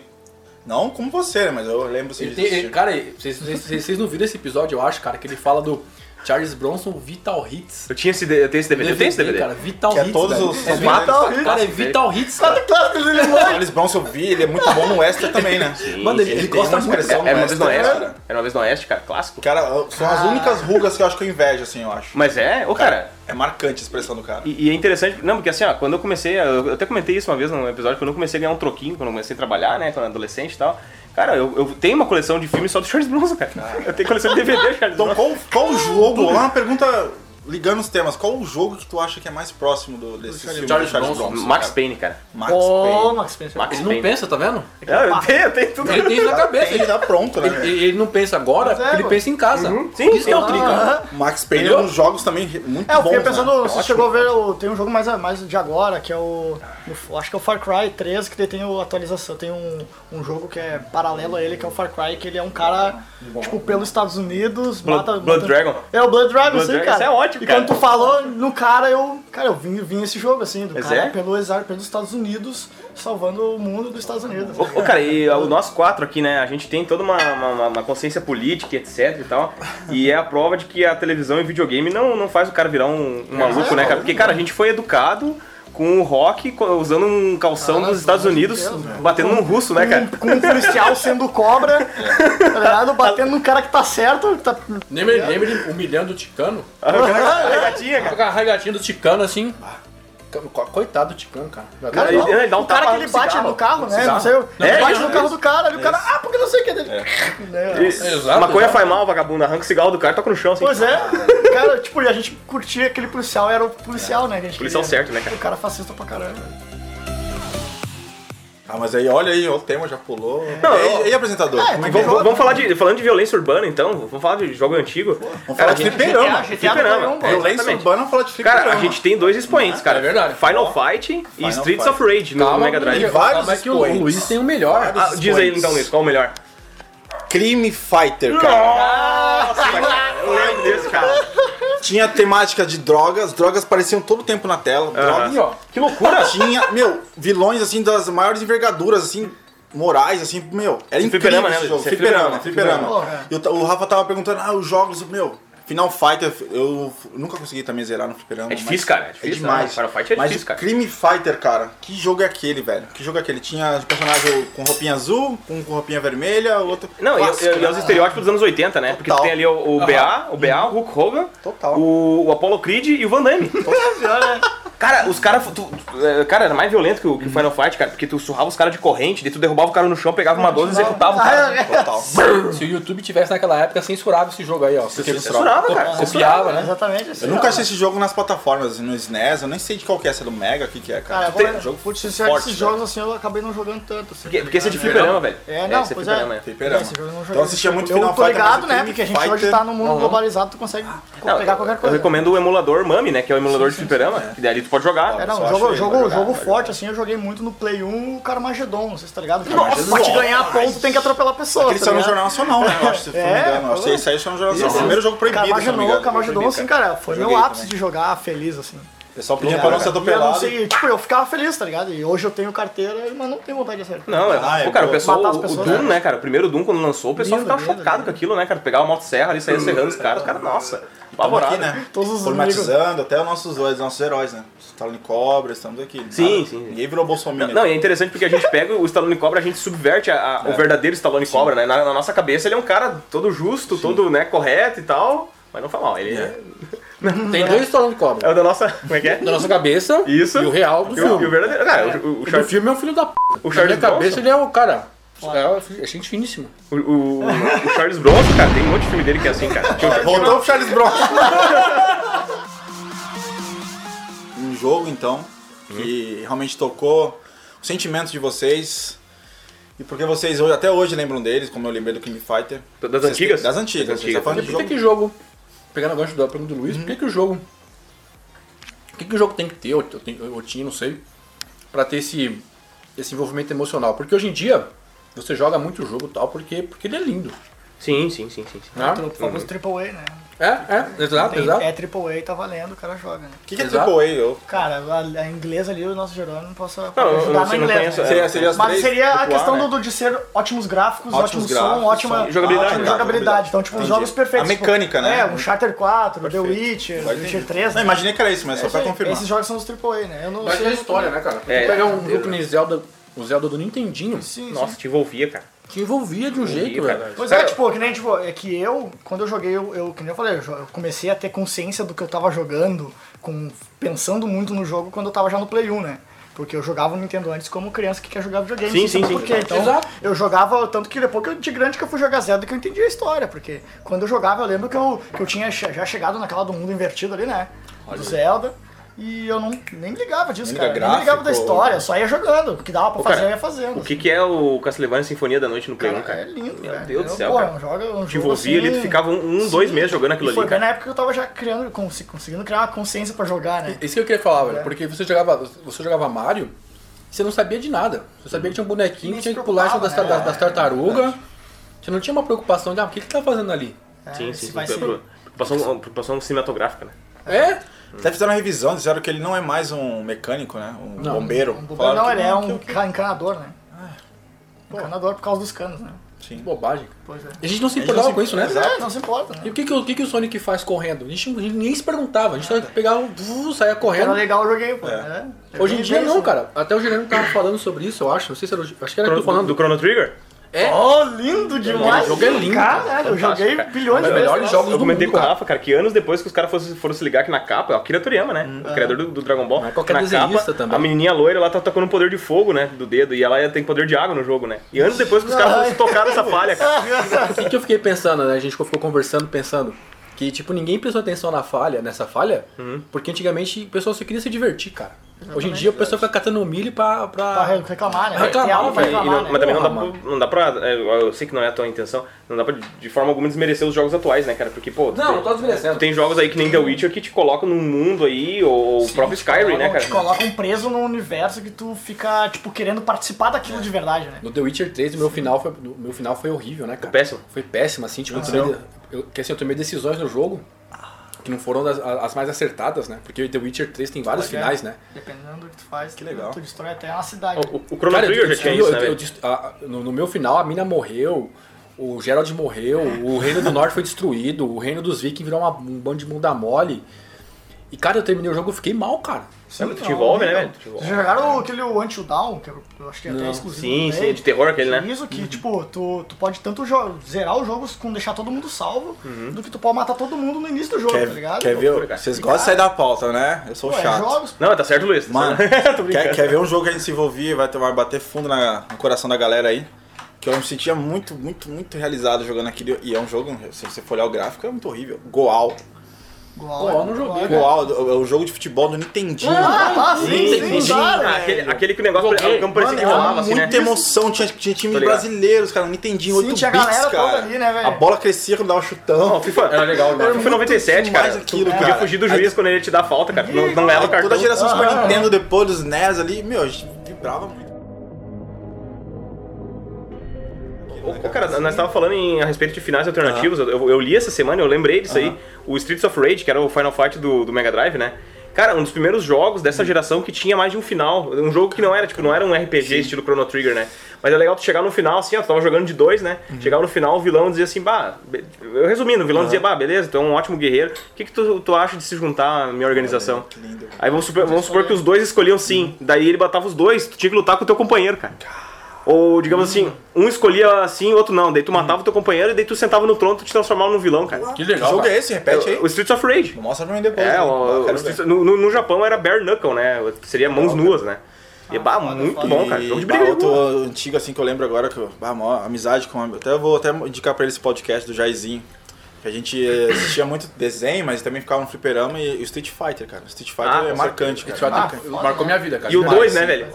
S5: Não como você, né? Mas eu lembro assim
S1: Ele
S5: de
S1: tem- ele-
S5: assistir.
S1: cara, vocês, vocês- vocês- vocês não viram esse episódio, eu acho, cara, que ele fala do Charles Bronson Vital Hits.
S2: Eu, tinha esse, D- eu tenho esse DVD. eu tenho esse DVD.
S1: Cara, Vital
S5: Que é
S1: Hits.
S5: todos
S1: velho.
S5: os-
S1: É
S5: os
S1: Vital-
S5: Vital
S1: cara, é Vital Hits, cara.
S4: Claro que ele morre.
S5: Charles Bronson eu vi, ele é muito bom no Western também, né?
S1: Mano, ele, ele
S5: tem
S1: gosta
S5: uma
S1: muito.
S5: expressão
S2: Era É, uma vez no
S5: western,
S2: Oeste.
S5: cara.
S2: Era uma vez no Oeste, cara. Clássico.
S5: Cara, são as únicas rugas que eu acho que eu invejo, assim, eu acho.
S2: Mas é, ô cara.
S5: É marcante a expressão do cara.
S2: E, e é interessante, não, porque assim, ó, quando eu comecei, a- eu até comentei isso uma vez num episódio, quando eu comecei a ganhar um troquinho, quando eu comecei a trabalhar, né, quando eu era adolescente e tal. Cara, eu, eu tenho uma
S1: Ah.
S2: coleção de filmes só do Charles Bronson, cara. Eu tenho coleção de DVD, Charles
S5: Então,
S2: Bronson.
S5: qual, qual o jogo? Lá uma pergunta ligando os temas, qual o jogo que tu acha que é mais próximo do, desse filme
S1: Charles
S5: do Charles
S1: Bronson.
S5: Bronson?
S2: Max
S5: cara?
S2: Payne, cara.
S5: Max
S4: Ô,
S5: Payne.
S4: Max Pence.
S2: Max
S1: Ele não
S2: Payne.
S1: pensa, tá vendo?
S2: É, eu tenho, eu tenho tudo.
S1: Ele tem isso na cabeça.
S5: Ele
S1: Ele,
S5: tá pronto, né? velho?
S1: ele- ele não pensa agora,
S4: Mas é,
S1: porque ele
S4: mano.
S1: pensa em casa.
S2: Sim,
S1: isso que é o
S2: sim. Ah.
S1: trica.
S5: Max Payne é
S1: Entendeu?
S5: um dos jogos também re- muito
S4: É, eu fiquei
S5: bons, né?
S4: pensando, você
S5: Ótimo.
S4: chegou a ver, o- tem um jogo mais, mais de agora, que é o, o- Acho que é o Far Cry 3, que daí tem o- a atualização, tem um, um jogo que é paralelo a ele, que é o Far Cry, que ele é um cara, tipo, pelos Estados Unidos,
S2: Blood-
S4: mata.
S2: Blood
S4: mata-
S2: Dragon.
S4: É o Blood Dragon,
S2: Blood
S4: sim,
S2: Dragon,
S4: cara.
S2: isso é ótimo,
S4: E
S2: cara.
S4: quando tu falou no cara, eu. Cara, eu vim, vim esse jogo, assim, do
S2: Mas
S4: cara
S2: é?
S4: pelo exar- pelos Estados Unidos, salvando o mundo dos Estados Unidos.
S2: Ô, ô, cara, e o- nós quatro aqui, né? A gente tem toda uma, uma- uma- uma consciência política, etc e tal. E é a prova de que a televisão e videogame não, não faz o cara virar um, um maluco, né, cara? Porque, cara, a gente foi educado com o rock, co- usando um calção dos Estados Unidos, batendo num russo, né, cara?
S4: Com- Com um policial sendo cobra, tá ligado? Batendo no cara que tá certo, que tá
S1: Lembra, lembra ele humilhando o Ticano?
S2: A regatinha, cara.
S1: Aquela raigatinha do Ticano assim. Co- Coitado do Ticano, cara. Já
S2: Cara,
S1: deu-
S2: ele- ele dá um
S4: o cara
S2: tapa
S4: que ele
S2: no
S4: bate
S2: cigarro.
S4: no carro, né?
S2: Cigarro.
S4: Não sei,
S2: É,
S4: ele bate
S2: é,
S4: no carro do cara, e o cara, ah, porque não sei o que dele. Né?
S2: E,
S1: Exato,
S2: maconha
S1: exato.
S2: faz mal, vagabundo. Arranca o cigarro do cara e toca no chão, assim.
S4: Pois é, cara, tipo, e a gente curtia aquele policial, era o policial, né? que a gente
S2: Policial
S4: queria.
S2: certo, né, cara?
S4: O cara fascista pra caramba.
S5: Ah, mas aí, olha aí, ó, o tema já pulou.
S2: Não,
S5: e,
S2: eu-
S5: aí, e apresentador? como é que
S2: Vamos, vamos- vamos falar de, falando de violência urbana, então. Vamos falar de jogo antigo.
S5: Vamos falar de fliperama.
S2: fliperama.
S4: não,
S2: É,
S4: pô.
S5: Violência
S2: exatamente.
S5: urbana, vamos falar de fliperama.
S2: Cara, a gente tem dois expoentes, cara.
S1: É verdade.
S2: Final Fight e
S5: Final
S2: Streets
S5: Fight.
S2: of Rage no
S1: Calma,
S2: Mega Drive.
S5: tem vários
S1: Calma, é que o
S5: expoentes.
S1: Luiz tem o melhor.
S2: Ah, diz aí então, Luiz, qual o melhor?
S5: Crime Fighter, cara.
S2: Nossa, cara, eu lembro desse, cara.
S5: Tinha temática de drogas, drogas apareciam todo tempo na tela. Drogas,
S1: Aí, ó.
S5: Que loucura! Tinha, meu, vilões assim das maiores envergaduras, assim, morais, assim, meu, era incrível
S2: Fliperama, né,
S5: esse jogo.
S2: Luiz? Isso é
S5: Fliperama,
S2: fliperama,
S5: fliperama.
S4: fliperama.
S5: E o, ta- o Rafa tava perguntando, ah, os jogos, meu, Final Fighter, eu f- nunca consegui também zerar no fliperama.
S2: É difícil, cara, é difícil, né?
S5: demais.
S2: Final Fight é
S5: Mas
S2: difícil,
S5: o
S2: cara.
S5: Crime Fighter, cara, que jogo é aquele, velho? Que jogo é aquele? Tinha personagem com roupinha azul, um com roupinha vermelha, o outro...
S2: Não, e,
S5: Clássico,
S2: e- e
S5: né?
S2: os estereótipos dos anos 80, né? Porque tu
S5: Total.
S2: tem ali o, o BA, o BA, o Hulk Hogan,
S5: Total.
S2: o, o Apollo Creed e o Van Damme. Cara, os caras. Cara, era mais violento que o, que o Final Fight, cara, porque tu surrava os caras de corrente, daí tu derrubava o cara no chão, pegava uma 12 e executava o
S5: é,
S2: cara.
S5: Total.
S2: é
S1: Se o YouTube tivesse naquela época, censurava esse jogo aí, ó. Porque
S2: Censurava, cara. Censurava.
S1: copiava, né?
S4: Exatamente assim.
S5: Eu nunca achei esse jogo nas plataformas, no SNES, eu nem sei de qual que é, se é do Mega, o que que é, cara.
S4: Cara, agora,
S5: um jogo
S4: putz, esses
S5: forte,
S4: esses
S5: né?
S4: jogos assim eu acabei não jogando tanto. Assim,
S2: Porque, porque esse é de
S4: né?
S2: fliperama, velho.
S4: É, não,
S2: esse
S4: pois
S2: fliperama,
S4: é.
S2: né?
S5: Fliperama.
S4: Esse jogo eu não joguei.
S5: Então assistia muito Final
S4: eu tô
S5: Fighter.
S4: ligado,
S5: mas
S4: né?
S5: King
S4: Porque a gente
S5: Fighter-
S4: hoje tá num mundo globalizado, tu consegue
S2: Não,
S4: pegar qualquer coisa.
S2: Uhum. Ah. Eu recomendo o emulador Mami, né? Que é o emulador de fliperama, que daí tu pode jogar.
S4: É,
S5: Eu
S4: não,
S5: só acho tá
S4: jogo,
S5: ele
S4: jogo,
S5: pra jogar,
S4: jogo
S5: pra
S4: forte, assim, eu joguei muito no Play 1 o Carmageddon, não sei se tá ligado? Nossa, pra te ganhar ponto tem que atropelar pessoas.
S5: Ele saiu no
S4: ligado?
S5: Jornal Nacional, né? Eu acho, se eu não me
S4: É,
S5: engano. Eu acho que ele saiu no Jornal Nacional.
S4: Isso.
S5: Primeiro jogo proibido, se eu não me
S4: Carmageddon,
S5: engano.
S4: Carmageddon, assim, cara, foi meu
S5: Joguei
S4: ápice
S5: também.
S4: de jogar feliz, assim.
S5: O pessoal pedia pra não ser
S4: E eu não
S5: atropelado.
S4: sei, tipo, eu ficava feliz, tá ligado? E hoje eu tenho carteira, mas não tenho vontade de sair.
S2: Não, é,
S5: Ah, é,
S2: pô, cara, o
S5: pô,
S2: pessoal,
S4: matar as
S2: o-
S4: pessoas,
S2: o Doom,
S4: né?
S2: né, cara, o primeiro Doom, quando lançou, o pessoal
S4: Lindo,
S2: ficava
S4: lindo,
S2: chocado com aquilo, né, cara, pegava uma serra ali, saía serrando os caras, os caras, nossa,
S5: Tamo
S2: apavorado.
S5: aqui, né?
S4: Todos os
S5: Formatizando até os nossos, os nossos heróis, né? Stallone Cobra, estamos aqui.
S2: Sim,
S5: Nada.
S2: sim.
S5: Ninguém virou Bolsonaro.
S2: Não, e é interessante porque a gente pega o Stallone Cobra, a gente subverte a- a- o verdadeiro Stallone Cobra, né, na, na nossa cabeça ele é um cara todo justo, todo, né, correto e tal, mas não foi mal, ele é,
S1: Tem dois estourando cobra.
S2: é o da nossa, como é que é?
S1: Da nossa cabeça
S2: Isso.
S1: e o real do
S2: E o, e
S1: filme.
S2: o verdadeiro, cara, o, o, o,
S1: O do filme é um filho da p.
S2: o
S1: Na
S2: Charles
S1: minha cabeça
S2: Bronson,
S1: ele é o cara. É, é gente finíssima.
S2: o, o- o Charles Bronson, cara, tem um monte de filme dele que é assim, cara, Tinha o Charles-
S5: Voltou pro Charles Bronson. um jogo, então, que realmente tocou os sentimentos de vocês. E porque vocês hoje, até hoje lembram deles, como eu lembrei do King Fighter.
S2: Das
S5: Vocês-
S2: antigas?
S5: Das antigas.
S2: Das
S5: Vocês tá
S2: antigas.
S5: falando
S1: Mas
S5: de
S1: por que é
S5: jogo.
S1: que o jogo, pegando a gancho da pergunta do Luiz, por que que o jogo, o que que o jogo tem que ter, ou, tem- ou tinha, não sei, pra ter esse, esse envolvimento emocional? Porque hoje em dia, você joga muito jogo e tal, porque, porque ele é lindo,
S2: Sim, sim, sim, sim. sim.
S1: né?
S4: O famoso AAA, né?
S1: É, é, exato,
S4: Tem,
S1: exato.
S4: é AAA, tá valendo, o cara joga, né?
S5: O que, que é
S1: Exato.
S5: AAA? Eu
S4: Cara, a, a inglês ali, o nosso Jerônimo não posso
S2: eu
S4: ajudar
S2: não
S4: no
S2: sei, não
S4: inglês.
S2: conheço,
S4: né?
S5: Seria- seria as
S4: Mas
S5: três
S4: seria a
S5: do A,
S4: questão
S5: né?
S4: do, de ser ótimos gráficos, ótimo
S5: Ótimos
S4: som,
S5: gráficos,
S4: ótima
S5: som.
S2: Jogabilidade,
S4: ótima
S2: né?
S4: jogabilidade. Então, tipo, os
S5: Entendi.
S4: jogos perfeitos.
S5: A mecânica,
S4: tipo,
S5: né?
S4: É, um Charter 4, The Witcher,
S5: Vai
S4: The Witcher
S5: entender.
S4: 3.
S5: Não,
S4: né?
S5: imaginei que era isso, mas só pra
S4: Esse-
S5: confirmar.
S4: Esses jogos são os AAA, né? Eu não
S1: Mas é a
S4: sei.
S1: história, né, cara? Porque
S2: É,
S1: pegar um
S2: é.
S1: jogo nem Zelda, o Zelda do Nintendinho,
S4: Sim,
S2: Nossa, te envolvia, cara.
S1: te envolvia de um jeito,
S2: cara.
S1: velho.
S4: Pois
S2: Cara,
S4: é, tipo, que nem, tipo, é que eu, quando eu joguei, eu, eu que nem eu falei, eu jo- eu comecei a ter consciência do que eu tava jogando, com, pensando muito no jogo quando eu tava já no Play 1, né? Porque eu jogava o Nintendo antes como criança que quer jogar videogame.
S2: Sim,
S4: não sei
S2: sim,
S4: por
S2: sim.
S4: quê. Então,
S1: Exato.
S4: eu jogava, tanto que depois que eu de grande que eu fui jogar Zelda que eu entendi a história, porque quando eu jogava eu lembro que eu, que eu tinha che- já chegado naquela do mundo invertido ali, né? do Zelda. E eu não, nem me ligava disso,
S5: Nem
S4: cara.
S5: liga
S4: nem me ligava da
S5: gráfico.
S4: história, eu só ia jogando. O que
S2: né?
S4: dava pra
S2: Ô,
S4: fazer,
S2: cara,
S4: eu ia fazendo. assim.
S2: O que, que é o Castlevania Sinfonia da Noite no Play 1,
S4: Cara,
S2: cara?
S4: é lindo,
S2: um Meu
S4: cara.
S2: Deus do
S4: Eu,
S2: céu,
S4: pô,
S2: cara.
S4: um jogo- um
S2: Te
S4: jogo
S2: envolvia
S4: assim-
S2: ali, tu ficava um, um, dois meses jogando aquilo
S4: E foi
S2: ali,
S4: bem na
S2: cara.
S4: época que eu tava já criando, cons- conseguindo criar uma consciência pra jogar, né?
S1: Isso que eu queria falar,
S5: É.
S1: velho. Porque você jogava, você jogava Mario, você não sabia de nada. Você sabia que tinha um bonequinho,
S4: Nem
S1: tinha que
S4: se
S1: pular em cima das,
S4: preocupava,
S5: né?
S1: das- das
S5: É
S1: tartarugas. Você não tinha uma preocupação de, ah, o que que tá fazendo ali?
S2: Sim,
S4: É, Esse
S2: sim,
S4: vai
S2: sim.
S4: ser-
S2: Preocupação, preocupação cinematográfica, né?
S1: É?
S5: Até fizeram uma revisão, disseram que ele não é mais um mecânico, né? Um
S1: Não.
S5: bombeiro.
S4: Um bobão,
S5: Falaram
S4: não,
S5: que
S4: ele é um
S5: que-
S4: ca- encanador, né?
S2: Ah,
S4: Um Encanador por causa dos canos, né?
S5: Sim.
S1: Que bobagem.
S4: Pois é.
S1: A gente não se
S5: A gente não
S1: importava
S5: se-
S1: com isso, né?
S5: Exato.
S4: É, não se importa,
S1: E
S4: né?
S1: o que, que, o o que, que o Sonic faz correndo? A gente, a gente nem se perguntava. A gente só pegava, um, saia
S4: Era
S1: correndo.
S4: legal, eu joguei, pô.
S5: É.
S4: né? Eu
S1: Hoje em
S4: joguei
S1: dia
S4: isso,
S1: não,
S4: né?
S1: cara. Até o Gerando tava falando sobre isso, eu acho. Não sei se era, o- acho que era que eu
S2: Crono-
S1: tô falando.
S2: Do Chrono Trigger?
S1: É?
S4: Oh, lindo demais!
S1: O jogo é lindo,
S4: Cara, eu
S2: fantástico,
S4: joguei
S2: cara.
S4: bilhões
S1: Um dos
S4: de vezes.
S1: melhores
S4: nossa.
S1: jogos
S2: Eu
S1: do
S2: comentei
S1: mundo,
S2: com o
S1: cara.
S2: Rafa, cara, que anos depois que os caras fossem- foram se ligar que na capa, é o Akira Toriyama, né?
S4: Hum.
S2: o criador do, do Dragon Ball.
S1: Mas qualquer
S2: na
S1: desenhista
S2: capa,
S1: também.
S2: A menininha loira, ela tá tocando um poder de fogo, né? Do dedo, e ela ia- tem poder de água no jogo, né? E anos depois que os caras foram se tocar nessa falha, cara.
S1: O que, que eu fiquei pensando, né? A gente ficou conversando, pensando. Que, tipo, ninguém prestou atenção na falha, nessa falha,
S2: Uhum.
S1: porque antigamente o pessoal só queria se divertir, cara. Hoje em dia o pessoal fica catando milho pra.
S4: Pra
S1: pra...
S4: re- reclamar, né?
S1: Reclamar,
S4: Tem algo pra
S1: velho,
S2: E não-
S4: reclamar,
S2: mas é
S4: né?
S2: também não dá,
S1: Porra,
S2: pra, não dá pra. é, Eu sei que não é a tua intenção, não dá pra de forma alguma desmerecer os jogos atuais, né, cara? Porque, pô. tu
S1: Não,
S2: tem-
S1: não tô desmerecendo.
S2: tu Tem jogos aí que nem The Witcher que te colocam num mundo aí, ou o próprio Skyrim, né, cara?
S4: Te colocam preso num universo que tu fica, tipo, querendo participar daquilo de verdade, né?
S1: No The Witcher 3, o meu final foi, o meu final foi horrível, né, cara?
S2: péssimo.
S1: Foi péssimo, assim, tipo, eu tomei, eu, que, assim, eu tomei decisões no jogo que não foram das- a- as mais acertadas, né? Porque The Witcher 3 tem vários
S4: Pois é.
S1: finais, né?
S4: Dependendo do que tu faz, que
S5: legal.
S4: tu destrói até uma cidade.
S2: O, o- o Chrono
S1: Cara, eu-
S2: Trigger
S1: eu
S2: já tinha
S1: destruí-
S2: isso, né,
S1: eu- eu
S2: velho?
S1: dest- a- no, no meu final, a mina morreu, o Gerald morreu, o Reino do Norte foi destruído, o Reino dos Vikings virou uma- um bando de bunda mole. E, cara, eu terminei o jogo e fiquei mal, cara.
S2: É, tu te envolve, né, velho? Tu te envolve.
S4: Vocês jogaram aquele Until Down, que eu eu acho que é até exclusivo.
S2: Sim,
S4: do
S2: sim,
S4: Play?
S2: de terror aquele, né?
S4: Isso
S5: Uhum.
S4: que, tipo, tu, tu pode tanto jo- zerar os jogos com deixar todo mundo salvo,
S2: Uhum.
S4: do que tu pode matar todo mundo no início do jogo, tá
S5: Quer,
S4: ligado?
S5: quer
S2: Loucura,
S5: ver?
S2: cara.
S5: Vocês gostam de sair da pauta, né? Eu sou
S4: Pô, é
S5: chato.
S4: jogos,
S2: Não, tá certo, Luiz. tá
S5: Mano,
S2: certo. Tô brincando.
S5: quer, quer ver um jogo que a gente se envolvia e vai, ter- vai bater fundo na- no coração da galera aí? Que eu me sentia muito, muito, muito realizado jogando aquilo. E é um jogo, se você for olhar o gráfico, é muito horrível. Goal.
S4: igual.
S1: Pô, eu não joguei, cara.
S5: Goal é o jogo de futebol do Nintendinho.
S4: Ah, ah, sim,
S2: Sim,
S4: sim,
S2: sim, sim.
S4: claro,
S2: Ah,
S4: velho.
S2: aquele, aquele que o negócio o campo parecia que
S4: mano,
S2: rolava assim, né?
S5: Muita emoção, tinha, tinha time
S2: Tô Tá ligado.
S5: brasileiros, cara, não entendi,
S4: Sim,
S5: 8 bits,
S4: tinha a galera toda
S5: cara.
S4: ali, né, velho?
S5: A bola crescia quando dava um chutão.
S2: Não, FIFA, é
S1: Era legal, né?
S2: Era FIFA 97,
S5: demais
S2: cara. Tu
S5: aquilo,
S2: podia
S5: cara.
S2: fugir do juiz quando ele ia te dar falta, cara. Tu não, não leva o
S5: Aí,
S2: cartão.
S5: toda a geração Super
S4: Ah,
S5: Nintendo, depois dos NES ali, meu, a gente vibrava muito.
S2: Ô, ô, cara, nós tava falando em- a respeito de finais alternativos. Eu, eu li essa semana, eu lembrei disso aí. O Streets of Rage, que era o Final Fight do, do Mega Drive, né? Cara, um dos primeiros jogos dessa geração que tinha mais de um final. Um jogo que não era, tipo, não era um RPG estilo Chrono Trigger, né? Mas é legal tu chegar no final, assim, ó, tu tava jogando de dois, né? Chegava no final, o vilão dizia assim, bah, be- eu resumindo, o vilão dizia, bah, beleza, tu é um ótimo guerreiro. O que, que tu, tu acha de se juntar à minha organização?
S5: Que lindo.
S2: Aí vamos supor, vamos supor que os dois escolhiam sim. Daí ele batava os dois, tu tinha que lutar com o teu companheiro, cara. Ou, digamos assim, um escolhia assim, o outro não. Daí tu matava o teu companheiro e daí tu sentava no trono e tu te transformava num vilão, cara.
S1: Que
S5: Que
S1: legal.
S5: jogo
S1: cara.
S5: é esse? Repete aí.
S2: O Streets of Rage.
S5: Mostra pra mim depois.
S2: É,
S5: né?
S2: o-
S5: Eu quero
S2: o Streets-
S5: ver.
S2: no, no- no Japão era Bare Knuckle, né? Seria mãos nuas, né? E, bah, muito bom, cara.
S5: E,
S2: Jogo de
S5: bah,
S2: briga. de rua.
S5: outro antigo assim que eu lembro agora, que eu, bah, maior amizade com o Até eu vou até indicar pra ele esse podcast do Jairzinho. Que a gente eh, assistia muito desenho, mas também ficava no fliperama e, e o Street Fighter, cara. O Street Fighter
S2: Ah, com
S5: é
S2: certeza.
S5: marcante,
S1: Esse
S5: cara.
S1: jogo marcou minha vida, cara.
S2: E o
S1: Demais.
S2: 2, né, velho?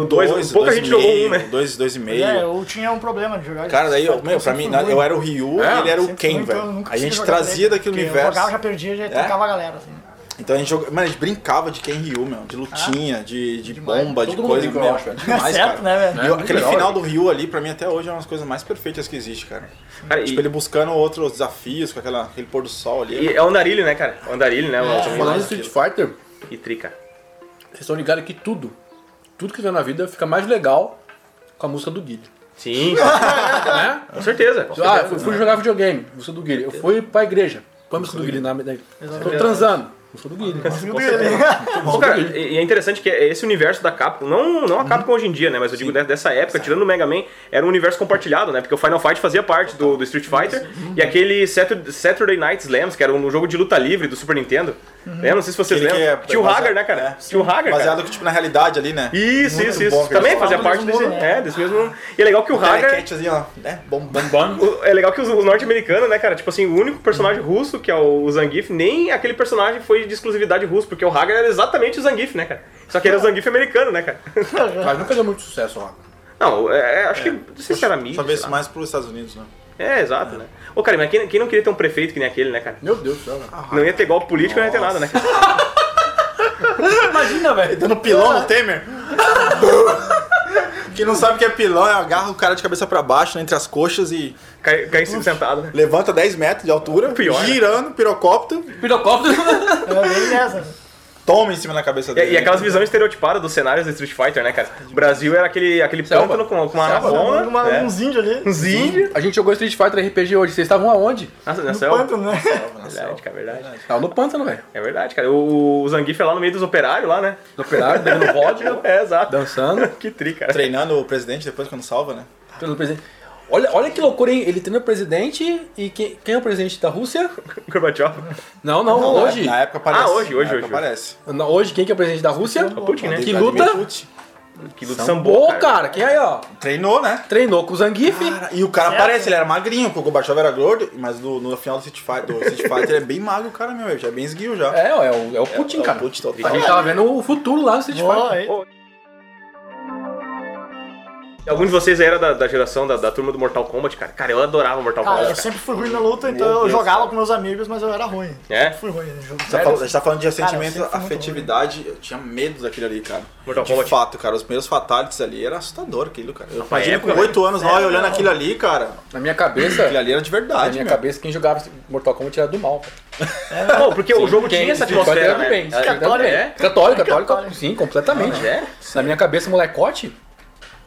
S2: O 2,
S5: Ah, Dois,
S2: pouca
S5: dois
S2: gente
S5: e
S2: jogou um,
S5: meio,
S2: né?
S5: Dois, dois e meio.
S4: É, eu tinha um problema de jogar.
S5: Cara, daí,
S4: eu,
S5: eu, meu, pra mim, na- eu era o Ryu
S1: É,
S5: e ele era o Ken,
S4: quem
S5: velho. A gente trazia daquele
S4: Eu
S5: universo. É?
S4: jogava, já perdia, já tocava a galera, assim.
S5: Então a gente jogava. Mano, a gente brincava de Ken e Ryu, meu. De lutinha, de, de
S4: Demais.
S5: bomba, de
S1: Todo mundo
S5: coisa.
S1: brincou,
S5: meu,
S1: eu acho, é
S5: demais,
S4: certo, né, velho?
S5: E
S1: É,
S5: eu-
S1: muito
S5: aquele
S1: legal,
S5: final
S1: né?
S5: do Ryu ali, pra mim, até hoje é uma das coisas mais perfeitas que existe, cara.
S2: Cara, e-
S5: Tipo, ele buscando outros desafios com aquela, aquele pôr do sol ali.
S2: e é o andarilho, né, cara? O andarilho, né?
S5: Ah.
S2: O...
S1: Falando em Street Fighter,
S2: E trica.
S1: vocês estão ligados que tudo, tudo que tem na vida fica mais legal com a música do Guilherme.
S2: Sim,
S1: né?
S2: com certeza. com
S1: Ah,
S2: certeza.
S1: eu fui, fui jogar videogame, música do Guilherme. Eu fui pra igreja, põe a música do Guilherme na minha. Tô transando, música do Guilherme.
S2: Pô, cara, e e é interessante que esse universo da Capcom, não,
S5: Uhum.
S2: não a Capcom hoje em dia, né? Mas eu digo de- dessa época, tirando o Mega Man, era um universo compartilhado, né? Porque o Final Fight fazia parte
S5: Uhum.
S2: do, do Street Fighter e aquele Satur- Saturday Night Slams, que era um jogo de luta livre do Super Nintendo. Eu não sei se vocês
S5: Uhum. Aquele
S2: lembram.
S5: que é
S2: Tio
S5: baseado-
S2: Hagar, né, cara?
S5: é.
S2: Tio Hagar, cara.
S5: Baseado, tipo, na realidade ali, né?
S2: Isso,
S5: Muito
S2: isso,
S5: bom
S2: isso.
S5: aquele
S2: Também
S5: filme.
S2: fazia
S4: do
S2: parte
S4: mesmo
S2: desse,
S4: mundo, né?
S2: é, desse mesmo. E é legal que o Hagar.
S5: Telecat, assim, ó. É, bom, bom.
S1: Bombando.
S2: o- É legal que os, os norte-americanos, né, cara? Tipo assim, o único personagem russo, que é o Zangief, nem aquele personagem foi de exclusividade russo, porque o Hagar era exatamente o Zangief, né, cara? Só que era o Zangief americano, né, cara?
S1: Mas não fez muito sucesso lá.
S2: Não, é, acho que. Não sei se era mídia.
S5: Talvez
S2: sei lá.
S5: mais pros Estados Unidos, né?
S2: É, exato, né? Ô, cara, mas quem, quem não queria ter um prefeito que nem aquele, né, cara?
S1: Meu Deus do céu, velho.
S2: Não ia ter golpe político, não ia ter nada, né? cara?
S1: Imagina, velho.
S5: Dando pilão no Temer? Quem não sabe o que é pilão, é agarra o cara de cabeça pra baixo, né, entre as coxas e
S2: Cai, cai em cima sentado, né?
S5: levanta 10 metros de altura,
S2: Pior, né?
S5: girando, pirocóptero,
S1: Pirocóptero.
S4: É bem dessa.
S5: toma em cima da cabeça
S2: E,
S5: dele.
S2: e aquelas visões estereotipadas dos cenários do Street Fighter, né, cara? O Brasil era aquele, aquele
S1: Selva.
S2: pântano com, com uma
S1: Selva.
S2: anafona,
S4: um, Uma,
S2: né?
S4: Uns índios ali.
S2: uns índios.
S1: A gente jogou Street Fighter RPG hoje. Vocês estavam aonde?
S2: Nossa, na
S4: No
S2: selva.
S4: pântano, né?
S2: Verdade, cara, verdade.
S1: Tava no pântano, velho.
S2: É verdade, cara. O, o Zangief é lá no meio dos operários lá, né?
S1: No operário, dando vodka,
S2: É, exato.
S1: dançando.
S2: Que tri, cara.
S5: Treinando o presidente depois quando salva, né?
S1: Pelo presidente. Olha, olha que loucura, hein? Ele treina o presidente e quem, quem é o presidente da Rússia?
S2: Gorbachev.
S1: Não, não, hoje.
S5: Na época aparece.
S2: Ah, hoje, hoje,
S5: na época
S2: hoje.
S5: Aparece.
S1: Não, Hoje, quem que é o presidente da Rússia?
S2: O Putin, né?
S1: Que luta?
S5: Vladimir Putin.
S2: Que luta
S1: Sambou,
S2: sambou,
S1: cara. Quem aí, ó?
S5: Treinou, né?
S1: Treinou com o Zangief.
S5: E o cara aparece, ele era magrinho, porque o Gorbachev era gordo, mas no, no final do Street Fighter, do Street Fighter ele é bem magro o cara mesmo, ele já é bem esguio já. Então,
S1: É, ó, é o, é o Putin, cara. Tá
S5: Putz,
S1: A
S5: total.
S1: gente tava vendo o futuro lá no Street Fighter.
S4: Ó, aí.
S2: Algum de vocês aí era da, da geração da, da turma do Mortal Kombat, cara? Cara, eu adorava Mortal
S4: Cara, eu
S2: Kombat.
S4: sempre fui ruim na luta, então
S5: Meu
S4: eu
S5: Deus,
S4: jogava
S5: cara.
S4: com meus amigos, mas eu era ruim.
S2: É?
S4: Fui ruim no jogo.
S5: Tá falando- A gente tá falando de
S4: eu
S5: ressentimento,
S4: sempre fui muito
S5: afetividade. Eu tinha medo daquele ali, cara.
S2: Mortal
S5: de
S2: Kombat.
S5: fato, cara. Os primeiros fatalities ali era assustador aquilo, cara. Eu imagino com
S2: é época,
S5: 8
S1: né?
S5: anos, 9 olhando aquilo ali, cara.
S1: Na minha cabeça,
S5: Aquilo ali era de
S1: É, na
S5: verdade,
S1: minha
S5: meu.
S1: cabeça, quem jogava Mortal Kombat era do mal. cara.
S2: Não, porque o jogo
S1: Quem-
S2: tinha essa
S1: Street Fighter
S2: atmosfera,
S1: era do
S2: né?
S1: bem.
S2: Era-
S1: Católico,
S2: é?
S1: católico, católico,
S4: Católico.
S1: sim, completamente.
S2: É?
S1: Na minha cabeça, molecote.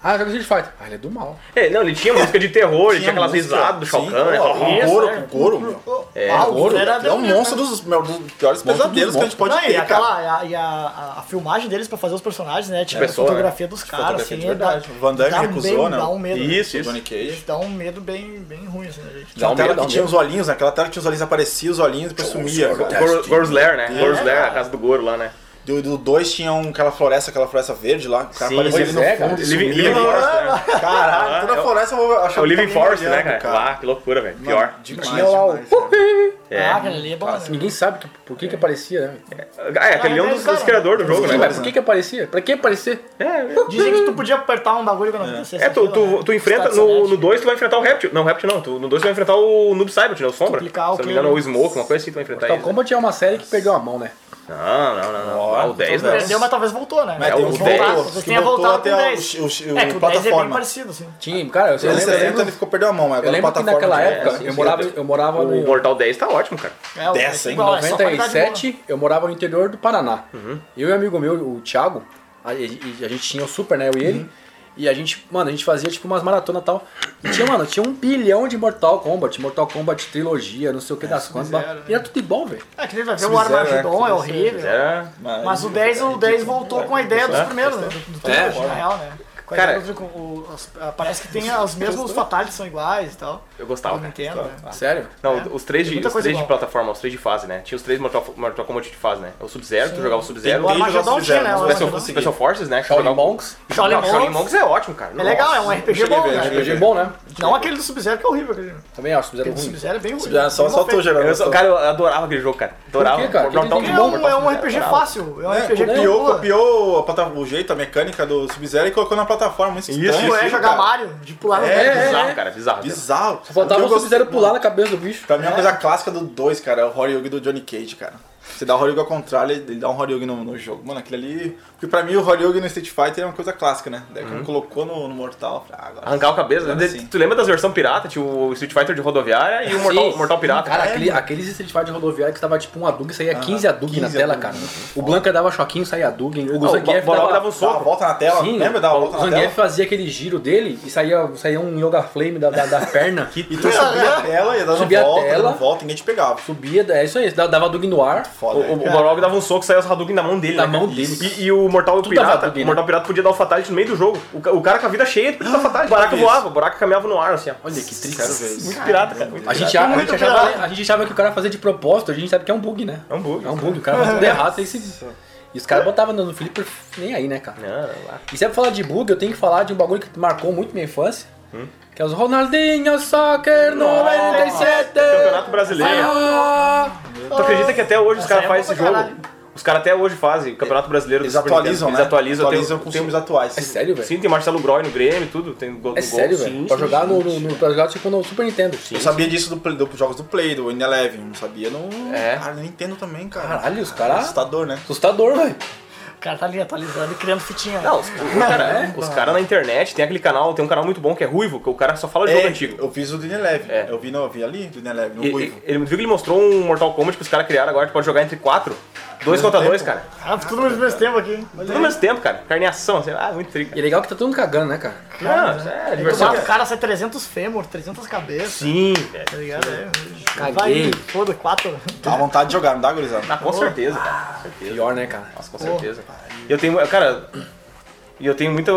S1: Ah, joga Street Fighter. Ah, ele é do mal.
S2: É, não, ele tinha música de terror, ele tinha aquelas
S5: música,
S2: risadas do Shao
S5: sim,
S2: Kahn, né?
S5: ó,
S2: Ó,
S5: Com couro, com couro, meu.
S4: É,
S1: ouro.
S5: Ele é um monstro dos, meu, dos piores
S1: Monstro dos
S5: pesadelos que a gente pode
S4: não, e
S5: ter, cara.
S4: aquela, e a, e a- a- a filmagem deles pra fazer os personagens, né? Tipo,
S2: Pessoa,
S4: a fotografia dos caras,
S5: Fotografia
S4: assim,
S5: de verdade.
S4: dá-
S5: O Van Damme
S4: dá um
S5: recusou,
S4: bem-
S5: né?
S4: Dá um medo. né?
S2: Isso, isso.
S5: Johnny Cage.
S4: Dá um medo bem, bem ruim, assim, né, gente?
S1: Dá
S5: Tinha
S1: um
S5: uma tela
S1: medo, dá um
S5: que tinha
S1: medo.
S5: os olhinhos, né? Aquela tela que tinha os olhinhos, aparecia os olhinhos e depois
S2: um
S5: sumia. cara.
S2: Gor- Goro Slayer, né? Goro Slayer, a
S4: cara.
S2: casa do Goro lá, né?
S5: Do, do dois tinha um, aquela floresta, aquela floresta verde lá. que O cara
S2: Sim,
S5: aparecia ali
S1: pois
S5: no
S1: é,
S5: fundo.
S1: cara.
S5: e
S2: Living,
S5: sumia.
S2: Living Forest, né?
S5: Caralho, toda
S2: É o-
S5: a floresta eu vou achar
S2: É o
S5: que tá
S2: Living
S5: me
S2: Forest, né,
S5: olhando,
S2: cara? Ah, que loucura, velho. Pior.
S5: Demais,
S1: Tinha lá o.
S5: demais, cara.
S2: É.
S4: Ah, aquele ali é bom, né?
S1: Ninguém sabe que- por que que aparecia, né?
S2: Ah, é, aquele é um dos, dos criadores do jogo, né,
S1: Sim, mas
S2: cara?
S1: por que que aparecia? Pra que aparecer?
S2: É,
S4: Dizem que tu podia apertar um bagulho quando acontecesse.
S2: é tu,
S4: aquilo,
S2: tu,
S4: né?
S2: tu enfrenta,
S4: Os caras
S2: no, no
S4: são
S2: 2 tu vai enfrentar o Reptil. Não, o Reptil não, tu, no 2 tu vai enfrentar o Noob Cybert, né, o Sombra. Se
S4: Duplicar o
S2: não me
S4: que-
S2: engano, ou o Smoke, uma coisa assim, tu vai enfrentar
S1: Mortal
S2: ele.
S1: Kombat é uma série que perdeu a mão, né?
S2: Não, não, não, não. Ah, o 10,
S5: tô
S2: né?
S5: vendo.
S4: Perdeu, mas talvez voltou, né?
S5: Mas
S2: tem
S4: o
S2: uns
S4: voltado,
S2: dez
S4: Talvez
S5: que
S4: tenha
S5: voltou
S4: voltado
S5: até
S4: com
S5: o-
S4: 10.
S5: o- o-
S4: é, que o 10 é bem
S5: plataforma.
S4: parecido, assim.
S1: Tinha, cara, eu,
S5: Eu
S1: lembro, eu lembro-
S5: ele ficou perdendo a mão,
S1: eu
S5: mas agora
S1: lembro que
S5: plataforma
S1: naquela
S5: já é,
S1: época
S5: assim,
S1: eu morava,
S5: já deu.
S1: eu morava
S2: O
S1: no
S2: Mortal 10 tá ótimo, cara.
S4: É, o
S5: Dez,
S4: dez é
S5: hein?
S4: igual, é só qualidade
S1: 97, eu morava no interior do Paraná. Eu e um amigo meu, o Thiago, a, e- e a gente tinha o Super, né? Eu e ele. E a gente, mano, a gente fazia tipo umas maratonas e tal. E tinha, mano, tinha um bilhão de Mortal Kombat, Mortal Kombat trilogia, não sei o que das quantas.
S4: Sub-Zero,
S1: E era tudo igual, velho.
S4: boa. É, que nem vai ver o
S5: Sub-Zero, né?
S4: Armagedon, é
S5: Sub-Zero.
S4: horrível.
S2: Era...
S5: Mas
S4: Mas o 10, o 10 voltou com a ideia dos primeiros, né? Do, do
S1: É.
S4: na real, né? Com a
S2: Cara,
S4: ideia do Dragon- o- as- ah, parece que tem as mesmas fatalities são iguais e tal.
S2: Eu gostava,
S4: Eu não
S2: cara.
S4: entendo, né?
S1: Sério?
S2: Não,
S4: É.
S2: os três, de,
S4: Muita
S2: os
S4: coisa
S2: três de
S4: igual.
S2: plataforma, os três de fase, né? Tinha os três Mortal, Mortal Kombat de fase, né? O Sub-Zero, tu jogava o Sub-Zero.
S5: Tem
S4: O
S2: O
S5: Armagedon
S4: Armagedon tinha, né?
S2: Special,
S5: Sub-Zero, mas
S4: O
S5: eu
S4: Armagedon.
S5: consegui.
S2: Special Forces, né?
S1: Shaolin
S2: Jogava-
S1: Monks.
S4: Shaolin
S2: Não, Shaolin
S4: Monks.
S2: Monks é ótimo, cara.
S4: É legal, é um RPG bom,
S5: ver,
S4: né?
S5: cheguei
S1: RPG bom, né?
S4: Não aquele do Sub-Zero que é horrível. aquele.
S1: Também acho, fizeram
S4: Aquele do
S1: ruim.
S4: Sub-Zero é bem ruim.
S5: Já Só, só tu,
S2: Eu sou-
S5: Geraldo.
S2: cara, eu adorava aquele jogo, cara. Adorava.
S1: Por quê, cara?
S2: Mortal
S1: Ele
S4: É
S1: tem bom,
S4: um,
S2: Kombat.
S4: é um RPG fácil, é um
S5: É,
S4: RPG que
S5: copiou,
S4: pula.
S5: copiou a plata- o jeito, a mecânica do Sub-Zero e colocou na plataforma. Isso,
S2: Isso,
S5: estranho,
S4: Como é
S5: assim,
S4: jogar
S5: cara.
S4: Mario, de pular no
S5: É,
S4: meio.
S1: é,
S2: Bizarro,
S1: é.
S2: cara, bizarro.
S5: Bizarro.
S1: Só faltava
S5: Eu
S1: o
S5: gosto-
S1: Sub-Zero pular na cabeça do bicho.
S5: Pra mim, é uma coisa clássica do 2, cara, é o Horyug do Johnny Cage, cara. Você dá o Horyug ao contrário, ele ele dá um Horyug no, no jogo. Mano, aquilo ali... Porque pra mim, o Horyug no Street Fighter é uma coisa clássica, né? Daí
S1: Uhum.
S5: quando colocou no, no Mortal, eu falei, ah, agora...
S2: Arrancar a cabeça. né?
S5: Era assim.
S2: Tu lembra das versões pirata? Tinha o Street Fighter de rodoviária e o um Mortal,
S1: Sim.
S2: Mortal Pirata.
S1: Cara,
S2: Cara,
S1: aquele, aqueles Street Fighter rodoviário que tava tipo um Hadouken, saía 15 Hadouken na
S5: 15
S1: tela, cara.
S5: Hadouken.
S1: O Blanca dava choquinho, saía Hadouken. O
S2: o
S1: Zangief
S2: Borel
S1: dava...
S2: dava um
S5: Dá uma
S2: soco.
S5: volta na tela,
S1: Sim,
S5: lembra? Dá uma
S1: o
S5: volta na tela.
S1: Zangief fazia aquele giro dele e saía, saía um Yoga Flame da, da, da perna.
S5: E tu subia a tela, ia dando
S1: Subia a
S5: volta,
S1: tela.
S5: dando volta, ninguém te pegava.
S1: Subia, é isso aí, dava dava Hadouken no ar.
S5: foda.
S2: O, o,
S5: é.
S2: o Balrog dava um soco e saía os Hadouken na mão dele.
S1: Na
S2: né, cara?
S1: mão dele, cara.
S2: E, e o Mortal
S1: Tudo dava
S2: Pirata.
S1: Hadouken, né?
S2: o Mortal Pirata podia dar o Fatality no meio do jogo. O, ca- o cara com a vida cheia, ele podia dar o Fatality. O buraco
S5: Isso.
S2: voava, o buraco caminhava no ar, assim, ó.
S1: Ah, Olha que triste.
S5: Quero ver isso.
S2: Muito pirata, cara. Muito
S1: A gente, a, gente achava, a gente achava que o cara fazia de propósito, a gente sabe que é um bug, né?
S2: É um bug.
S1: É um bug, o cara faz tudo errado. aí se- E os caras botavam no Felipe nem aí, né, cara?
S2: Não, lá.
S1: E se é pra falar de bug, eu tenho que falar de um bagulho que marcou muito minha infância.
S2: Hum?
S1: Que é os Ronaldinho Soccer 97.
S2: Campeonato brasileiro.
S1: Ah,
S2: Tu acredita que até hoje os caras
S4: é
S2: fazem
S4: boa
S2: esse
S4: pra
S2: jogo? Os caras até hoje fazem o Campeonato Brasileiro do
S5: Eles
S2: Super
S5: atualizam,
S2: Nintendo.
S5: né?
S2: Eles atualizam, tem-
S5: com
S2: tem, um-
S5: os filmes atuais.
S1: é sério, velho?
S2: Sim, tem Marcelo Groy no Grêmio, tudo. Tem gol
S1: É
S2: no
S1: sério,
S2: gol.
S1: velho?
S2: Sim,
S1: Pra
S2: sim,
S1: jogar
S2: sim.
S1: no, no, no- pra jogar tipo no Super Nintendo.
S5: Eu sabia disso do play- dos jogos do Play, do In Eleven. Não sabia no.
S1: É.
S5: Ah, no Nintendo também, cara.
S1: Caralho, os caras.
S5: Assustador, né?
S1: Assustador, velho.
S4: O cara tá ali atualizando e criando fitinha.
S2: Não, os, o
S5: É,
S2: cara,
S5: né?
S2: os cara na internet tem aquele canal, tem um canal muito bom que é Ruivo, que o cara só fala de jogo
S5: É,
S2: antigo.
S5: Eu fiz o do In Eleven.
S2: É.
S5: Eu vi, no, eu vi ali do In Eleven, no
S2: E-
S5: Ruivo.
S2: e- Ele viu que ele mostrou um Mortal Kombat que os caras criaram agora, tu pode jogar entre quatro. Dois
S5: Mesmo
S2: contra dois,
S5: tempo.
S2: cara.
S4: Ah, tudo no mesmo tempo aqui.
S2: Tudo ao mesmo tempo, cara. Carneação, sei lá, assim, ah, muito triga.
S1: E é legal que tá todo mundo cagando, né, cara?
S2: Não, isso
S5: né?
S2: é
S4: Tu
S2: diversão.
S4: mata o cara, sai 300 fêmur, 300 cabeças,
S2: Sim, velho.
S4: tá ligado? É,
S1: Caguei.
S4: Vai, foda, 4.
S5: Dá vontade de jogar, não dá, gurizada?
S2: Ah, com certeza, cara.
S1: Pior, né, cara?
S2: Nossa, com certeza. E eu tenho, cara, e eu tenho muito.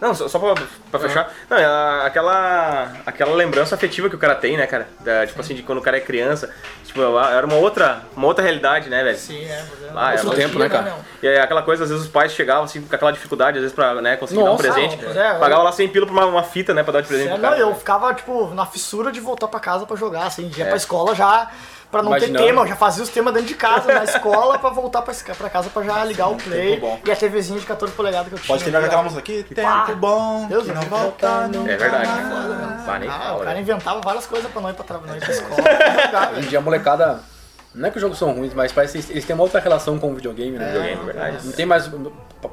S2: Não, só, só pra, pra fechar. Não, é a- aquela, aquela lembrança afetiva que o cara tem, né, cara? Da- tipo assim, de quando o cara é criança. Tipo, era uma outra, uma outra realidade, né, velho?
S4: Sim, é. mas é
S2: Ah, é,
S4: outro
S2: muito
S4: dia,
S1: tempo, né, cara?
S4: não.
S2: E aí, aquela coisa, às vezes os pais chegavam assim, com aquela dificuldade, às vezes, pra né, conseguir
S1: Nossa,
S2: dar um presente.
S4: não, é,
S2: Pagava lá 100 pila pra uma, uma fita, né, pra dar de presente
S4: É,
S2: pro
S4: não,
S2: cara.
S4: eu ficava, tipo, na fissura de voltar pra casa pra jogar, assim, ia pra escola já, pra não
S1: É. Imaginando.
S4: ter tema, eu já fazia os temas dentro de casa, na escola, pra voltar pra, esca- pra casa pra já ligar o play
S5: tempo bom.
S4: e a TVzinha de 14 polegadas que eu tinha. tá
S5: Pode terminar com aquela música aqui. Tempo bom,
S4: Deus,
S5: que
S4: eu
S5: não
S4: não
S5: volta
S4: quero
S5: nunca.
S2: É verdade.
S5: mais.
S2: Né? Pá, nem
S4: Ah, o
S2: fala,
S4: cara
S2: né?
S4: inventava várias coisas pra não ir pra, tra- não ir pra escola, pra jogar,
S1: Hoje em
S4: velho.
S1: dia a molecada. Não é que os jogos são ruins, mas parece que eles têm uma outra relação com o videogame, né?
S2: Videogame, é verdade.
S1: Não tem mais.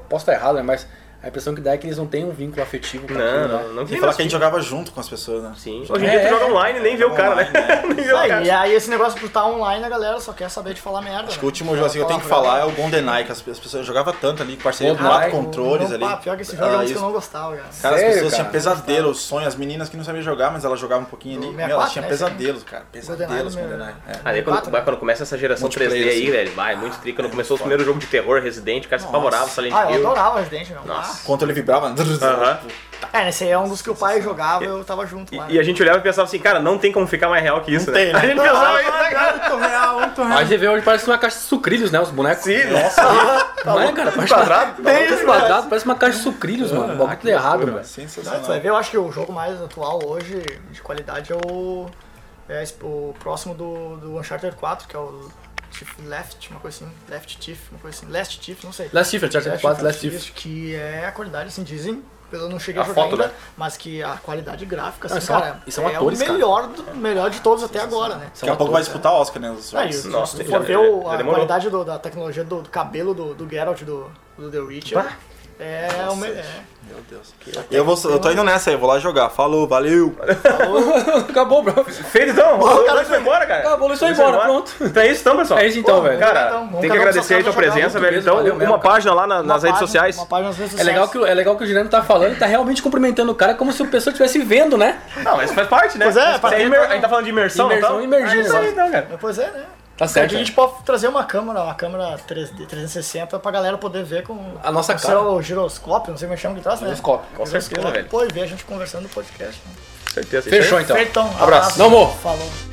S1: Posso estar errado, né? Mas a impressão que dá é que eles não têm um vínculo afetivo
S4: é
S1: com
S2: Não,
S1: aquilo, né?
S2: não, não
S5: E
S2: tem
S5: falar
S2: mais
S5: que a gente jogava junto com as pessoas, né?
S2: Sim. Hoje em dia tu joga online e nem vê o cara, né? nem vê o
S4: Ah,
S2: cara.
S4: e aí esse negócio por estar online, a galera só quer saber de falar merda. né?
S5: O último jogo assim, que eu tenho que falar é o GoldenEye, que as as pessoas jogavam tanto ali, parceria com
S1: GoldenEye,
S5: quatro controles
S4: não,
S5: ali.
S4: pá, pior que esse jogo é um
S5: Ah,
S4: dos que eu
S5: isso.
S4: não gostava, cara.
S5: Cara, as
S1: Sério,
S5: pessoas
S1: cara?
S5: tinham pesadelos, sonhos, as meninas que não sabiam jogar, mas elas jogavam um pouquinho ali.
S4: O
S5: Meu,
S4: 64,
S5: elas tinham
S4: né,
S5: pesadelos, cara. Pesadelos com o
S4: GoldenEye,
S5: GoldenEye. É.
S4: né?
S2: Ah, daí quando,
S4: Quatro,
S2: vai, quando começa essa geração 3D
S5: Multiplayer,
S2: aí,
S5: sim.
S2: velho, vai, muito tri. Quando começou os primeiros jogos de terror, Resident, o cara se apavorava, Silent
S4: Ah, eu
S2: Hill.
S4: adorava Resident, não.
S2: Nossa.
S5: Quando ele é. vibrava. né? Tipo,
S2: Aham.
S4: Ah, É, esse aí é um dos que o pai jogava, eu tava junto lá.
S2: E, e a gente olhava e pensava assim, cara, não tem como ficar mais real que isso, né?
S5: tem, né?
S2: A gente pensava isso,
S4: Ah,
S2: né, cara?
S5: Muito real, muito real.
S1: Aí você vê hoje parece uma caixa de sucrilhos, né? Os bonecos.
S2: Sim, nossa,
S1: não é, cara? Parece
S2: quadrado.
S1: Bem quadrado, parece uma caixa de sucrilhos, mano. O bagulho tudo errado, velho.
S4: Tu vai ver, eu acho que o jogo mais atual hoje, de qualidade, é o, é esse- o próximo do, do Uncharted 4, que é o Thief Left, uma coisa assim, Left Thief, uma coisa assim, Last Thief, não sei.
S1: Last Chief, Uncharted 4, Last Chief.
S4: Thief. é um Que é a qualidade, assim, dizem, eu não cheguei
S2: A
S4: a, jogar
S2: foto,
S4: ainda,
S2: né?
S4: mas que a qualidade gráfica,
S1: Não,
S4: assim,
S1: são-
S4: cara,
S1: e são
S4: é
S1: atores,
S4: o
S1: cara.
S4: melhor, do- melhor de todos até agora, né?
S5: Daqui a pouco vai disputar o Oscar, né? os
S4: Ah,
S5: jogos.
S4: e
S2: Nossa,
S4: se
S2: já-
S4: for
S1: é-
S4: ver o-
S2: já
S4: a
S2: demorou.
S4: qualidade do- da tecnologia do, do cabelo do, do Geralt do, do The Witcher, é o melhor.
S5: Meu Deus. Eu, vou, eu tô indo nessa aí, vou lá jogar. Falou, valeu.
S1: Acabou, bro.
S2: Feito então, o cara foi embora, cara.
S1: Acabou, o Luiz foi
S2: Luiz foi
S1: embora, pronto.
S2: Então é isso então, pessoal.
S1: É isso então, velho.
S2: Cara,
S4: Então, vamos
S2: tem que
S4: cada um
S2: agradecer aí
S4: pra
S2: tua
S4: sua casa,
S2: presença,
S1: muito
S2: velho.
S1: mesmo,
S2: Então,
S1: valeu
S2: uma
S1: mesmo, cara.
S2: página lá na-
S4: Uma
S2: nas redes
S4: página-
S2: sociais.
S4: Uma página nas redes
S1: É
S4: sociais.
S1: legal, que, o- é legal que o Juliano tá falando, tá realmente cumprimentando o cara como se o pessoa estivesse vendo, né?
S2: Não, mas faz parte, né?
S4: Pois é,
S2: Isso
S4: faz
S2: imer-
S4: parte.
S2: A gente tá falando de imersão,
S1: Imersão
S2: não
S1: e
S2: tá?
S1: imergindo,
S2: É isso aí,
S1: só.
S2: então, cara.
S4: Pois é, né?
S1: Tá
S4: A
S1: certo.
S4: gente pode trazer uma câmera, uma câmera 3D, 360 pra galera poder ver com
S1: A nossa
S4: o
S1: cara.
S4: seu giroscópio, não sei como é que chama que traz, né?
S1: Giroscópio, com
S2: certeza, velho.
S4: Pô, e ver a gente conversando no podcast. né?
S2: Certeza. isso aí.
S1: Fechou então.
S4: Feito, então.
S1: Abraço. Tamo.
S4: Falou.